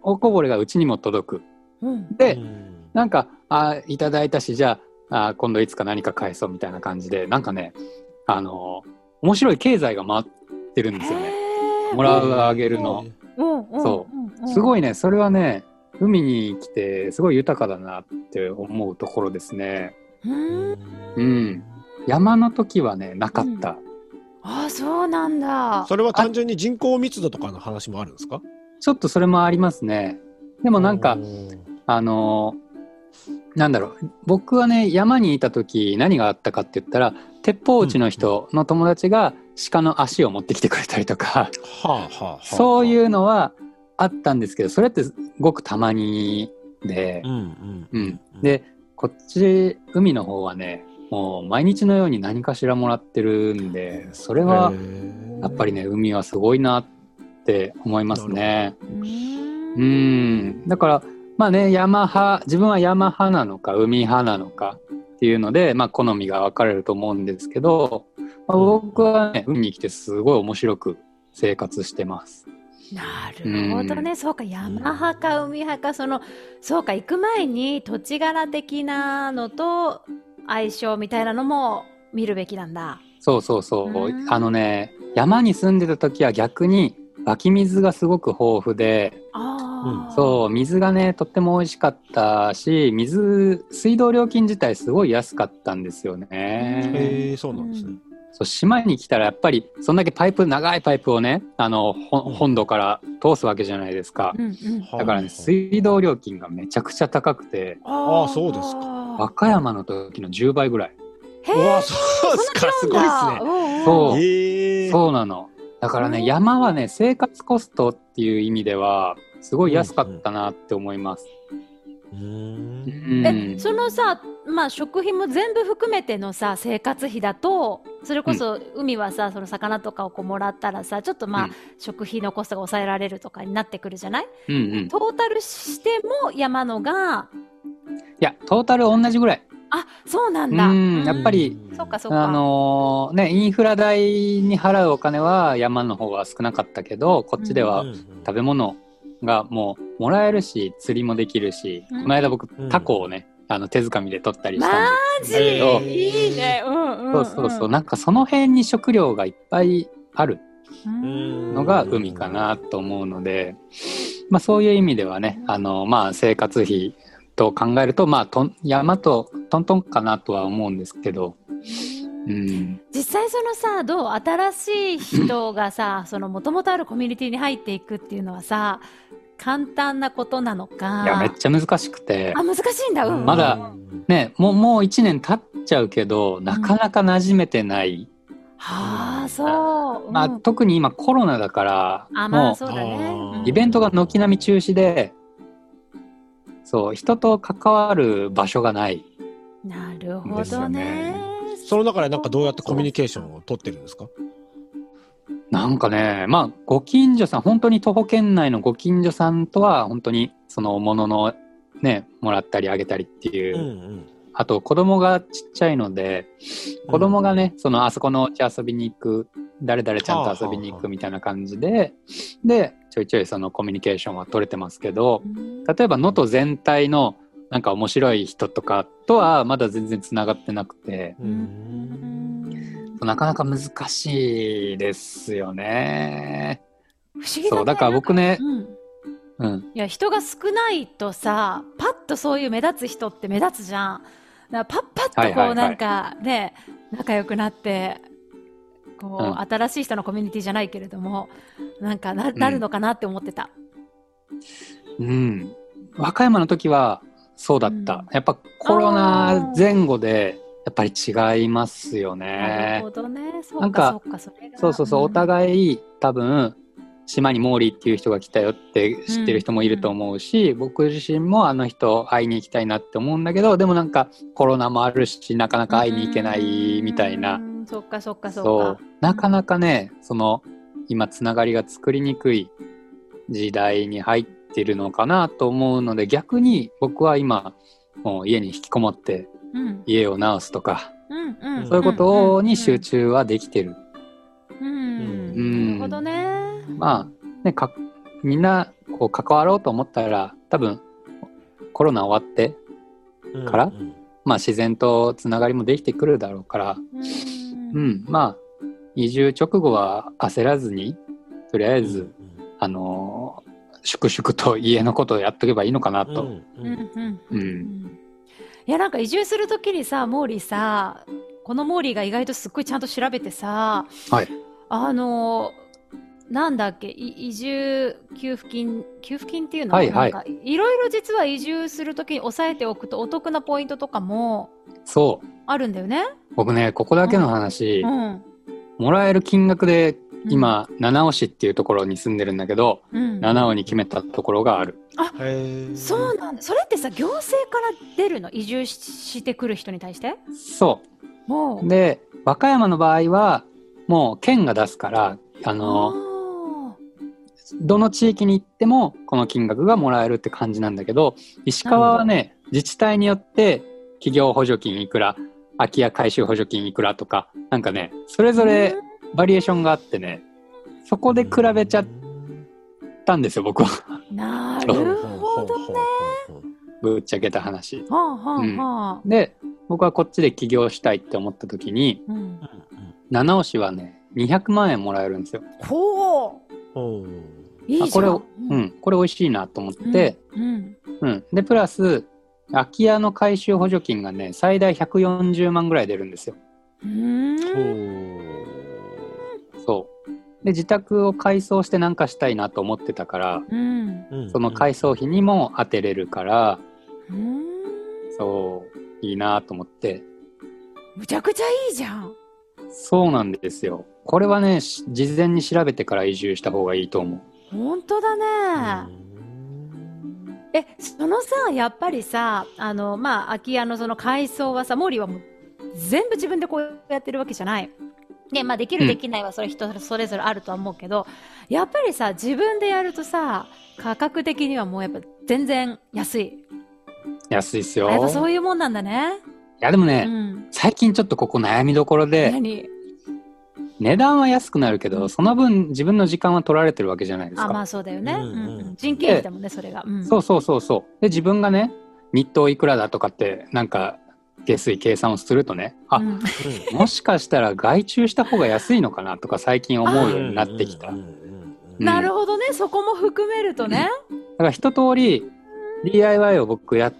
おこぼれがうちにも届く。
うん
で、なんか、あいただいたし、じゃあ、あ今度いつか何か返そうみたいな感じで、なんかね、あの面白い経済が回ってるんですよね。
へー
もらう、あげるの。
うんうん
そ
うん
すごいね、それはね、海に来て、すごい豊かだなって思うところですね。
うん
うん。山の時はね、なかった。
あそうなんだ。
それは単純に人口密度とかの話もあるんですか
ちょっとそれもありますね。でもなんか、あのなんだろう僕はね山にいた時何があったかって言ったら鉄砲撃ちの人の友達が鹿の足を持ってきてくれたりと
は
か、
あはあはあ
そういううのはあったんですけどそれってごくたまにで、
ん
う
うんん
でこっち海の方はねもう毎日のように何かしらもらってるんでそれはやっぱりね海はすごいなって思いますね。う
うん
んだからまあね山派自分は山派なのか海派なのかっていうので、まあ、好みが分かれると思うんですけど、まあ、僕はね海に来てすごい面白く生活してます。
なるほどね、そうか、山派か海派か、その、そうか、行く前に土地柄的なのと相性みたいなのも見るべきなんだ。
そうそうそう、
うん
あのね山に住んでた時は逆に湧き水がすごく豊富で
ああ、
そう水がねとっても美味しかったし水水道料金自体すごい安かったんですよね。
へえそうなんですね
そう島に来たらやっぱりそんだけパイプ長いパイプをねあのほ本土から通すわけじゃないですか
うんうん。
だからね水道料金がめちゃくちゃ高くて
あーそうです
和
か。
歌山の時の10倍ぐらい
へ
う
え、
わそうですかす
そ
ごい
なんだ
で
うんうん
そう
すねへえ
そうなのだから
う
ね
ん
山はね生活コストっていう意味ではすごい安かったなって思います
う
う
ーん
ん、
えそのさ、まあ、食費も全部含めてのさ生活費だとそれこそ海はさ、その魚とかをこうもらったらさちょっとまあ、
うん
食費のコストが抑えられるとかになってくるじゃない
うんうんい
トータルしても山野が
やトータル同じぐらい
あそうなんだ
うんやっぱり
そうかそうか
あのーねインフラ代に払うお金は山の方は少なかったけどこっちでは
うん
食べ物がもうもらえるし釣りもできるし、
うん
この間僕
うん
タコをね、あの手づかみで取ったりしたん
マ
で
ジ
すけど、
ジ
いいねうんうん、うん、
そうそうそうなんかその辺に食料がいっぱいある
うん
のが海かなと思うので、まあ、そういう意味ではねあの、まあ、生活費と考えると、まあ、とん山とトントンかなとは思うんですけど、うん、
実際そのさどう新しい人がさそのもともとあるコミュニティに入っていくっていうのはさ簡単なことなのか
いやめっちゃ難しくて
あ、難しいんだ、うん、
まだね、もうもう1年経っちゃうけどなかなか馴染めてない。
はあそう、うん
まあ、特に今コロナだから、
あま
も
あそうだね
あー
うん
イベントが軒並み中止でそう人と関わる場所がない
なるほ
です
ど
よ
ね
ね
その中でなんかどうやってコミュニケーションを取ってるんですか
なんかねまあご近所さん本当に徒歩圏内のご近所さんとは本当にその物のねもらったりあげたりっていう、
うん
あと子供がちっちゃいので子供がね、そのあそこのうち遊びに行く誰々ちゃんと遊びに
はあはあ
行
はあ
くみたいな感じででちょいちょいそのコミュニケーションは取れてますけど、例えば能登全体のなんか面白い人とかとはまだ全然つながってなくて
うんうん
なかなか難しいですよね。
不思議だ,、ね、
そうだから僕ね
うん、
うん、
いや人が少ないとさパッとそういう目立つ人って目立つじゃんだからパッパッと
はいはい
こ
は
う
い
なんかね、仲良くなってこう、
うん
新しい人のコミュニティじゃないけれどもなんかな
うん
なるのかなって思ってた、
うん、和歌山の時はそうだった、
うん
やっぱコロナ前後でやっぱり違いますよ
なる
ね
ほどね。そ
な
うんか、
か
そうか、それが。
そうそうそう、お
ん
互い多分島にモーリーっていう人が来たよって知ってる人もいると思うし、僕自身もあの人会いに行きたいなって思うんだけどでもなんかコロナもあるしなかなか会いに行けないみたいな、
うんそっかそっかそ
そう
っか。
なかなかねその今つながりが作りにくい時代に入ってるのかなと思うので逆に僕は今もう家に引きこもって
うん
家を直すとか、
うんうんん
そういうことに集中はできてる、
うん
う
なるほどね。
まあねかみんなこう関わろうと思ったら多分コロナ終わって、
うん
から
うん
まあ、自然とつながりもできてくるだろうから、
うん
うん、まあ移住直後は焦らずにとりあえず、あのー粛々と家のことをやっとけばいいのかな
うんう
と。
ん
う
うん
んうん
うん
いやなんか移住するときにさモーリーさこのモーリーが意外とすっごいちゃんと調べてさ、
はい
あのなんだっけい移住給付金給付金っていうの
はいはい
なんかいろいろ実は移住するときに押さえておくとお得なポイントとかも
そ
あるんだよね。
う。僕ね、ここだけの話
う、ん、
もらえる金額で、今、七尾市っていうところに住んでるんだけど、
うん、
七尾に決めたところがある。
へー
そうなんだそれってさ行政から出るの移住ししてくる人に対して
そ
もう
う。で、和歌山の場合は、もう県が出すから、あの、
あ
どの地域に行っても、この金額がもらえるって感じなんだけど、石川はね、自治体によって、企業補助金いくら、空き家回収補助金いくらとか、なんかね、それ
ー
ぞれバリエーションがあってね、そこで比べちゃっ
うん
たんですよ、僕は。 [LAUGHS]
なるほどね。
ぶっちゃけた話。
はあはあはあ。
で、僕はこっちで起業したいって思った時に、
うん
七尾市はね、200万円もらえるんですよ。
ほう
うんうんうん
いいじゃん
あこれを、
う
うんん、これ美味しいなと思って、
うん
うん、で、プラス、空き家の回収補助金がね、最大140万ぐらい出るんですよ。
うーん
そう。で、自宅を改装してなんかしたいなと思ってたから、
うん
ほう
その改装費にも当てれるから、
うーん
そう、いいなと思って、
むちゃくちゃいいじゃん
そうなんですよ。これはね、し事前に調べてから移住した方がいいと思う。
本当だね、えそのさやっぱりさあのまあ空き家のその改装はさモーリーはもう全部自分でこうやってるわけじゃないねまあでき
う
る
ん
できないはそれ人それぞれあるとは思うけど、やっぱりさ自分でやるとさ価格的にはもうやっぱ全然安い
安いっすよ。
やっぱそ
いう
いうもんなんだね
やでもね、
うん
最近ちょっとここ悩みどころで、
何
値段は安くなるけど、その分自分の時間は取られてるわけじゃないです
あ
か。
まあそうだよね、
う
うんん
うん
うん人件費だもんねそれが、うん、
そうそうそうそう。で、自分がね、日当いくらだとかって、なんか、下水計算をするとね、あ、
うん
もしかしたら外注した方が安いのかなとか最近思うようになってきた。
うん
だ
う
か
ん
うん
なるほどねそこも含めるとね、
ら一通り DIY を僕やっ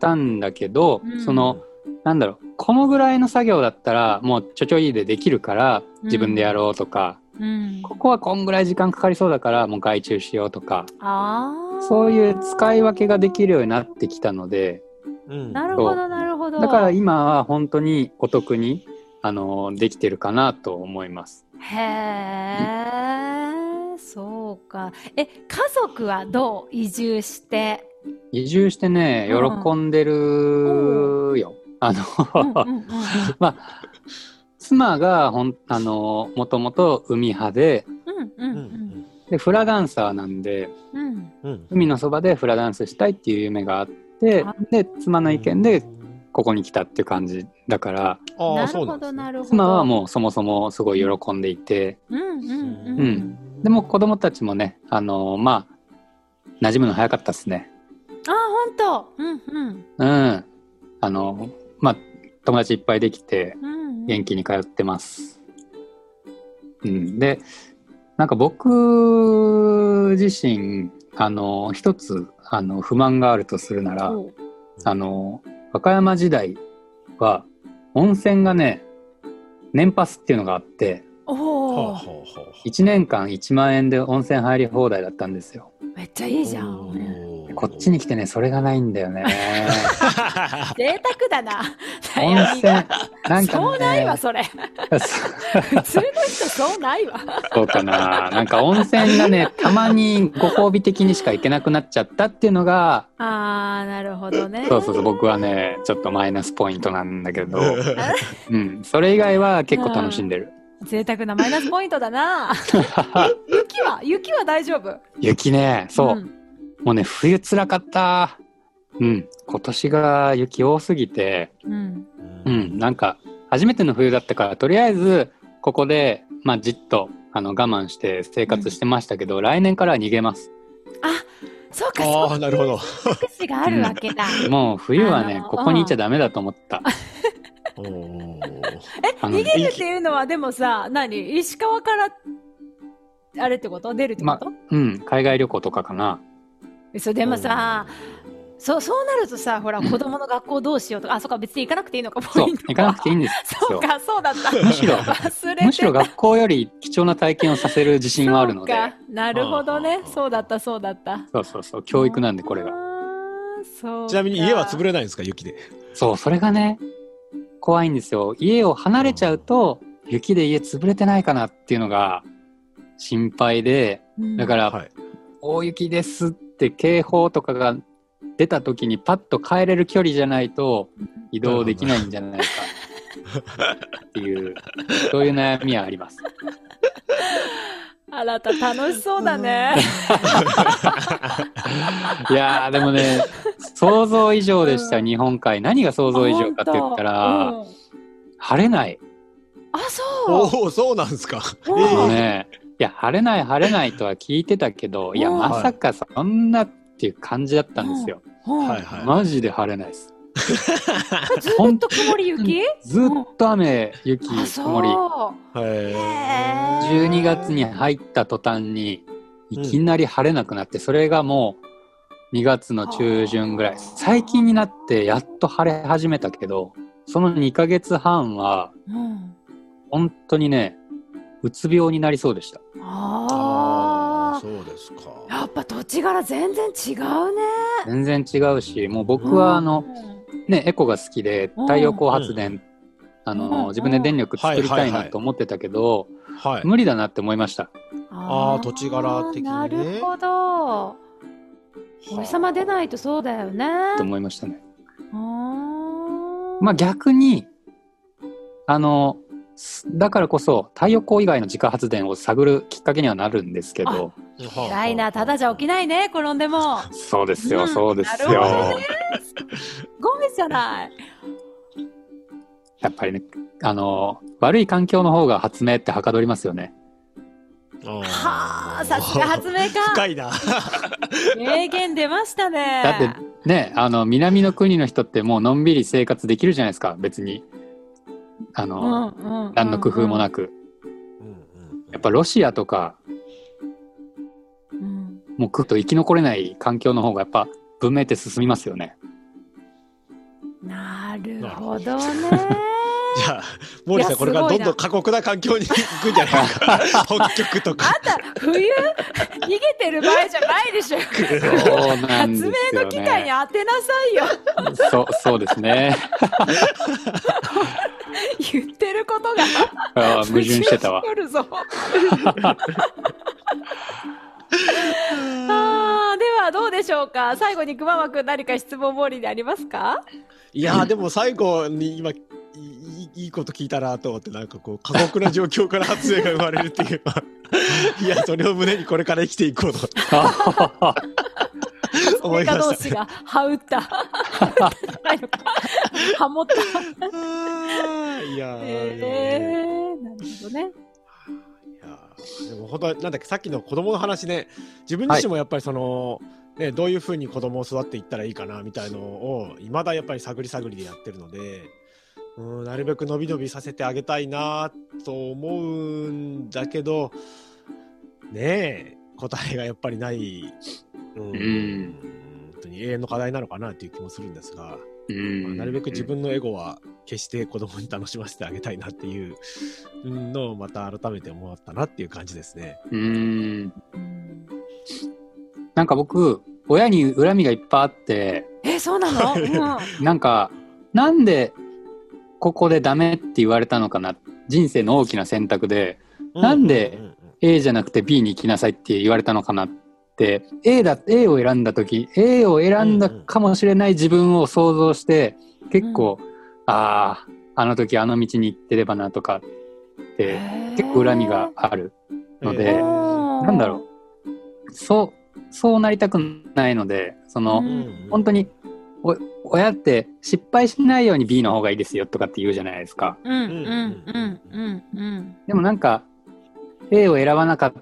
たんだけど、
うん
その、なんだろうこのぐらいの作業だったらもうちょちょいでできるから自分でやろうとか、
うん、
ここはこんぐらい時間かかりそうだからもう外注しようとか
ああ
そういう使い分けができるようになってきたので
うんうん
なるほ
そ
どなるほど
だから今は本当にお得に、あのできてるかなと思います。
へえそうかえ家族はどう移住して、
移住してね
うん
喜んでるよ。あ
うんうん
の、
うん、
まあ妻がほんあのもともと海派で
うんうんう
うん
ん
でフラダンサーなんで
うん
うん
海のそばでフラダンスしたいっていう夢があって
あ
で妻の意見でここに来たっていう感じだから
あ
な
あ
る
そう
ほ
なん
ど
です
な
ね
るほど
妻はもうそもそもすごい喜んでいて
うんうんうん、
うんでも子供たちもねあのまあ馴染むの早かったですね
あ本当うんうん
うんあのまあ友達いっぱいできて
うんうん
元気に通ってます。うん、でなんか僕自身あの一つあの不満があるとするなら
おう
あの和歌山時代は温泉がね年パスっていうのがあって
お
は
お
あはあはあはあ
1年間1万円で温泉入り放題だったんですよ。
めっちゃいいじゃ
お
ん。
ー
こっちに来てね、それがないんだよ
[LAUGHS]
ね。
贅沢だな。
温
悩み
泉、なん
が
か、ね、
そうないわ、それ。
[LAUGHS] そ
普通の人そうないわ。
そうかな。なんか温泉がね、たまにご褒美的にしか行けなくなっちゃったっていうのが、
あー、なるほどね。
そうそうそう、僕はね、ちょっとマイナスポイントなんだけど、うん、それ以外は結構楽しんでる。
贅沢なマイナスポイントだ
[LAUGHS]
な。え雪は雪は大丈夫。
雪ね、そう、
ん
もうね、冬辛かった。うん、今年が雪多すぎて、
うん。
うん、なんか初めての冬だったからとりあえずここで、まあ、じっとあの我慢して生活してましたけど、来年からは逃げます
そうか、
あ
そう
あ、なるほど。
福祉があるわけだ。
もう冬は
あ
ね
の
ここにいちゃダメだと思った
おー
あの
逃げるっていうのはでもさ、何石川からあれってこと出るってこと？
うん海外旅行とかかな
そうでもさ、、そうそうなるとさ、ほら子供の学校どうしようとか、あそっか別に行かなくていいのかポ
そう
イント
行かなくていいんです
そう
よ
かそうだった。
むしろ
忘れてた
むしろ学校より貴重な体験をさせる自信はあるので
そうかなるほど
はあ
ね
はあ。
そうだったそうだった。
そうそうそう教育なんでこれ
あ
が
ー。そうか。
ちなみに家は潰れないんですか、雪で。
そうそれがね怖いんですよ家を離れちゃうと雪で家潰れてないかなっていうのが心配で
うん
だから、
はい。
大雪ですって警報とかが出た時にパッと帰れる距離じゃないと移動できないんじゃないかっていうそういう悩みはあります。
あなた楽しそうだね。
いやーでもね想像以上でした日本海何が想像以上かって言ったら、
本当うん
晴れない
あそう。
おお、そうなんですか。
お
え
あの
ー
ねいや晴れない晴れないとは聞いてたけどいや
うん
まさかそんなっていう感じだったんですよ。
うん
はいはい。
マジで晴れないです。
ずーっと曇り雪？
ずっと雨雪
あ
曇り
そ
へ
へー
12月に入った途端にいきなり晴れなくなって、それがもう2月の中旬ぐらい最近になってやっと晴れ始めたけどその2ヶ月半は
う。うん。
本当にねうつ病になりそうでした
ああ、
あ
そうですか。
あ。やっぱ土地柄全然違うね。
全然違うしもう僕はあの、ねエコが好きで太陽光発電、あ
うん
の自分で電力作りた
はいは
い
いは
ないと思ってたけど、
はい。
無理だなって思いました
あー土地柄的にね
なるほど。お日様出ないとそうだよね。
と思いましたね
ま
まあ逆にあのすだからこそ太陽光以外の自家発電を探るきっかけにはなるんですけど
はあ
偉いな、ただじゃ起きないね、転んでも。
そうです
うんなるほどね。ゴミじゃない。
やっぱりねあの悪い環境の方が発明ってはかどりますよね
はあ、さすが発明
深
家。
いな。
名言出ましたね。
だってねあの南の国の人ってもうのんびり生活できるじゃないですか別にあ
う
の、
んうんうん、
何の工夫もなく、やっぱロシアとか
うん
もう食うと生き残れない環境の方がやっぱ文明って進みますよね
なるほどね。
じゃあ、モーリーさん、これからどんどん過酷な環境に行くんじゃないですか。北極と
あ
か。
んた、冬、逃げてる場合じゃないでしょ。
そうなんで
発
すよね
明の機会に当てなさいよ。
そうそうです [LAUGHS] ね
言ってることが。
あー矛盾してたわ
矛盾しとるぞ [LAUGHS] あーではどうでしょうか最後に熊間くん何か質問ボーリーでありますか
いやー、でも最後に今、いいいいこと聞いたなと思って、なんかこう、過酷な状況から発明が生まれるっていう。 [LAUGHS] いや、それを胸にこれから生きていこ
[LAUGHS]
うと思いま
家同
し
士が羽打った。ないのか羽持った。
た。 [LAUGHS] あーいやー。
えー、なるほどね。
いやーでも本当なんだっけさっきの子供の話ね自分自身もやっぱりその、ね、どういうふうに子供を育っていったらいいかなみたいのをいまだやっぱり探り探りでやってるのでうんなるべく伸び伸びさせてあげたいなと思うんだけどねえ答えがやっぱりない、うん
うん
本当に永遠の課題なのかなという気もするんですが、
う
まあ
ん
なるべく自分のエゴは決して子供に楽しませてあげたいなっていううんのをまた改めて思ったなっていう感じですね。
うんなんか僕親に恨みがいっぱいあって
えそうなの、うん
なんかなんでここでダメって言われたのかな人生の大きな選択でなんで A じゃなくて B に行きなさいって言われたのかなって A, だ A を選んだ時 A を選んだかもしれない自分を想像して結構、あああの時あの道に行ってればなとかって結構恨みがあるので、
えー
なんだろうそうそうなりたくないのでその、
うん
本当にお親って失敗しないように B の方がいいですよとかって言うじゃないですか
うんうんうんうんうん
でもなんか A を選ばなかっ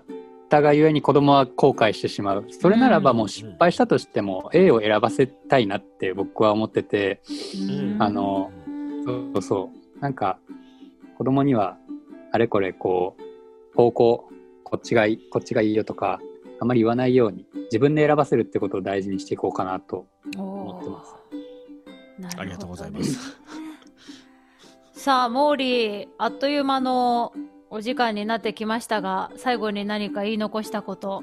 たがゆえに子供は後悔してしまうそれならばもう失敗したとしても A を選ばせたいなって僕は思ってて
うん
あのそうそうなんか子供にはあれこれこう方向こっちがいいこっちがいいよとかあまり言わないように自分で選ばせるってことを大事にしていこうかなと思ってます。
なるほどね
ありがとうございます。
さあモーリーあっという間のお時間になってきましたが最後に何か言い残したこと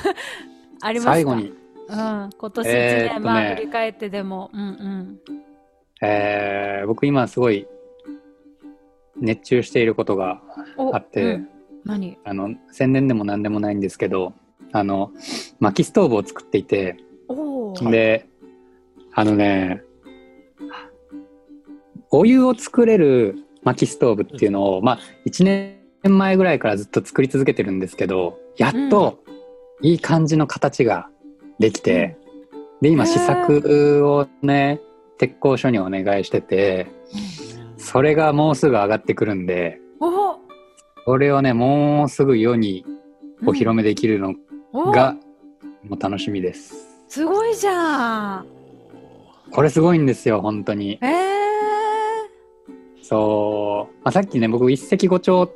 [LAUGHS] ありますか
最後に
うん、今年一
え
年、
ーっとね
まあ振り返ってでも、うんうん。
えー僕今すごい熱中していることが
お
あって、
うん何
あの宣伝でも何でもないんですけどあの薪ストーブを作っていて
おお、
であのねお湯を作れる薪ストーブっていうのを、まあ1年前ぐらいからずっと作り続けてるんですけどやっといい感じの形ができて、で今
へー
試作をね鉄工所にお願いしてて。それがもうすぐ上がってくるんで、
お
これをね、もうすぐ世にお披露目できるの
お
が、もう楽しみです。
すごいじゃん。
これすごいんですよ、本当に。
ええ
そう、まあ、さっきね、僕、一石五鳥
ー、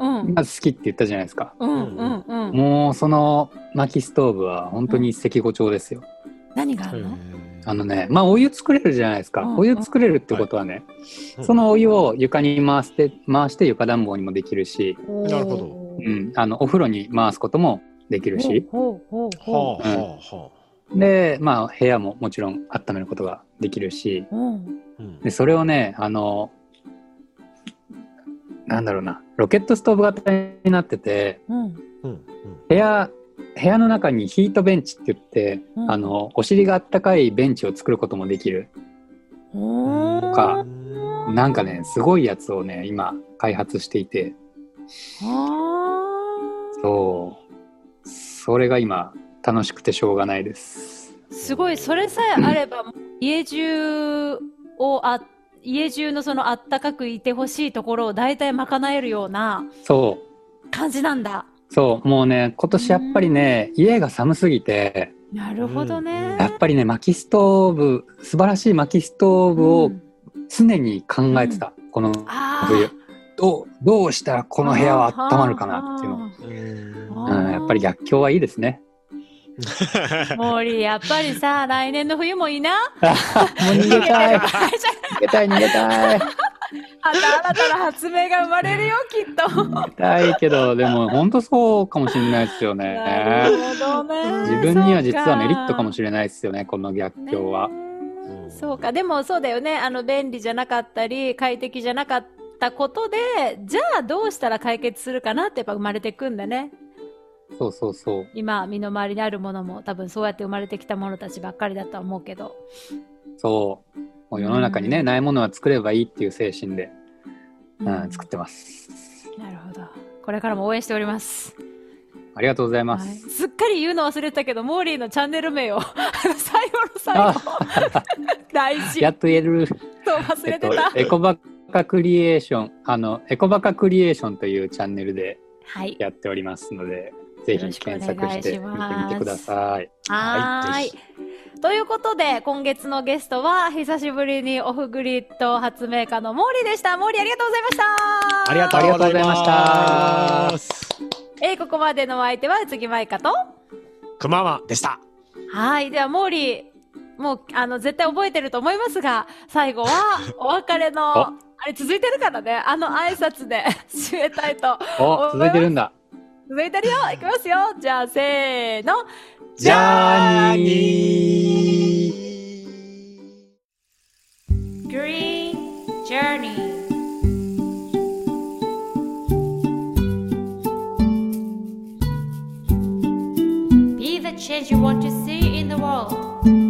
うん
が好きって言ったじゃないですか。
うんうんうん。
もう、その薪ストーブは本当に一石五鳥ですよ。
何があるの？
あのね、まあ、お湯作れるじゃないですか。
うん
お湯作れるってことはね、そのお湯を床に回して、回して床暖房にもできるし、
おー
なるほど
うん、あの、お風呂に回すこともできるし、
ほうほう
は
ほ
あはあは
で、まあ、部屋ももちろん温めることができるし、
う。うん。
あうん
で、それをね、あの、なんだろうな、ロケットストーブ型になってて、
うん。
うん
部屋、部屋の中にヒートベンチって言って、
うん
あの、お尻があったかいベンチを作ることもできる。
お
うん
お。
か
うん
なんかね、すごいやつをね、今、開発していて、
あ
そう、それが今、楽しくてしょうがないです。
ーすごい。それさえあれば、もう家中をあ家中のそのあったかくいてほしいところを大体賄えるような
そう。
感じなんだ。
そう、もうね、今年やっぱりね、家が寒すぎて、
なるほど
うんう
ね
ん。
やっぱりね、薪ストーブ、素晴らしい薪ストーブ
う
を
ん
常に考えてた、この
あ
冬
ー。
どう、どうしたらこの部屋は温まるかなっていう
う
の。
ん
あー
うん、やっぱり逆境はいいです [LAUGHS] ね。
森やっぱりさ来年の冬も
[LAUGHS]
いいな
もう逃げたい、逃げたい、逃げたい。逃
あと新たな発明が生まれるよきっと
げたいけど、でも本当そうかもしれないですよ
な
[LAUGHS] ね。
るほどね
自分には実はメリットかもしれないですよね、この逆境は。
ねそうかでもそうだよねあの便利じゃなかったり快適じゃなかったことでじゃあどうしたら解決するかなってやっぱ生まれてくんだね
そうそうそう。
今身の回りにあるものも多分そうやって生まれてきたものたちばっかりだとは思うけど
そう。もう世の中にね、
うん
ないものは作ればいいっていう精神で、うん、作ってます。
なるほどこれからも応援しております
ありがとうございま
はい
す。
すっかり言うの忘れてたけど、モーリーのチャンネル名を、あの最後の最後、 [LAUGHS] 大事
やっと言える、
と忘
え
れ
ってと
た。、
エコバカクリエーション、あの、エコバカクリエーションというチャンネルで
はい。
やっておりますので、ぜひ検索して見てみてください。
はー
はいい。
ということで、今月のゲストは、久しぶりにオフグリッド発明家のモーリーでした。モーリーありがとうございました。
[LAUGHS] ありがとうございま
ありがとうございま
した。
えーここまでのお相手は、宇津木舞香と。
くままでした。
はい。では、モーリー、もう、あの、絶対覚えてると思いますが、最後
[LAUGHS]
は、お別れの、
お
あれ続いてるからね、あの挨拶で [LAUGHS] 締めたいと
お、続いてるんだ。
続いてるよいきますよじゃあせーの
ジャーニー
Green Journey. Be the change you want to see in the world.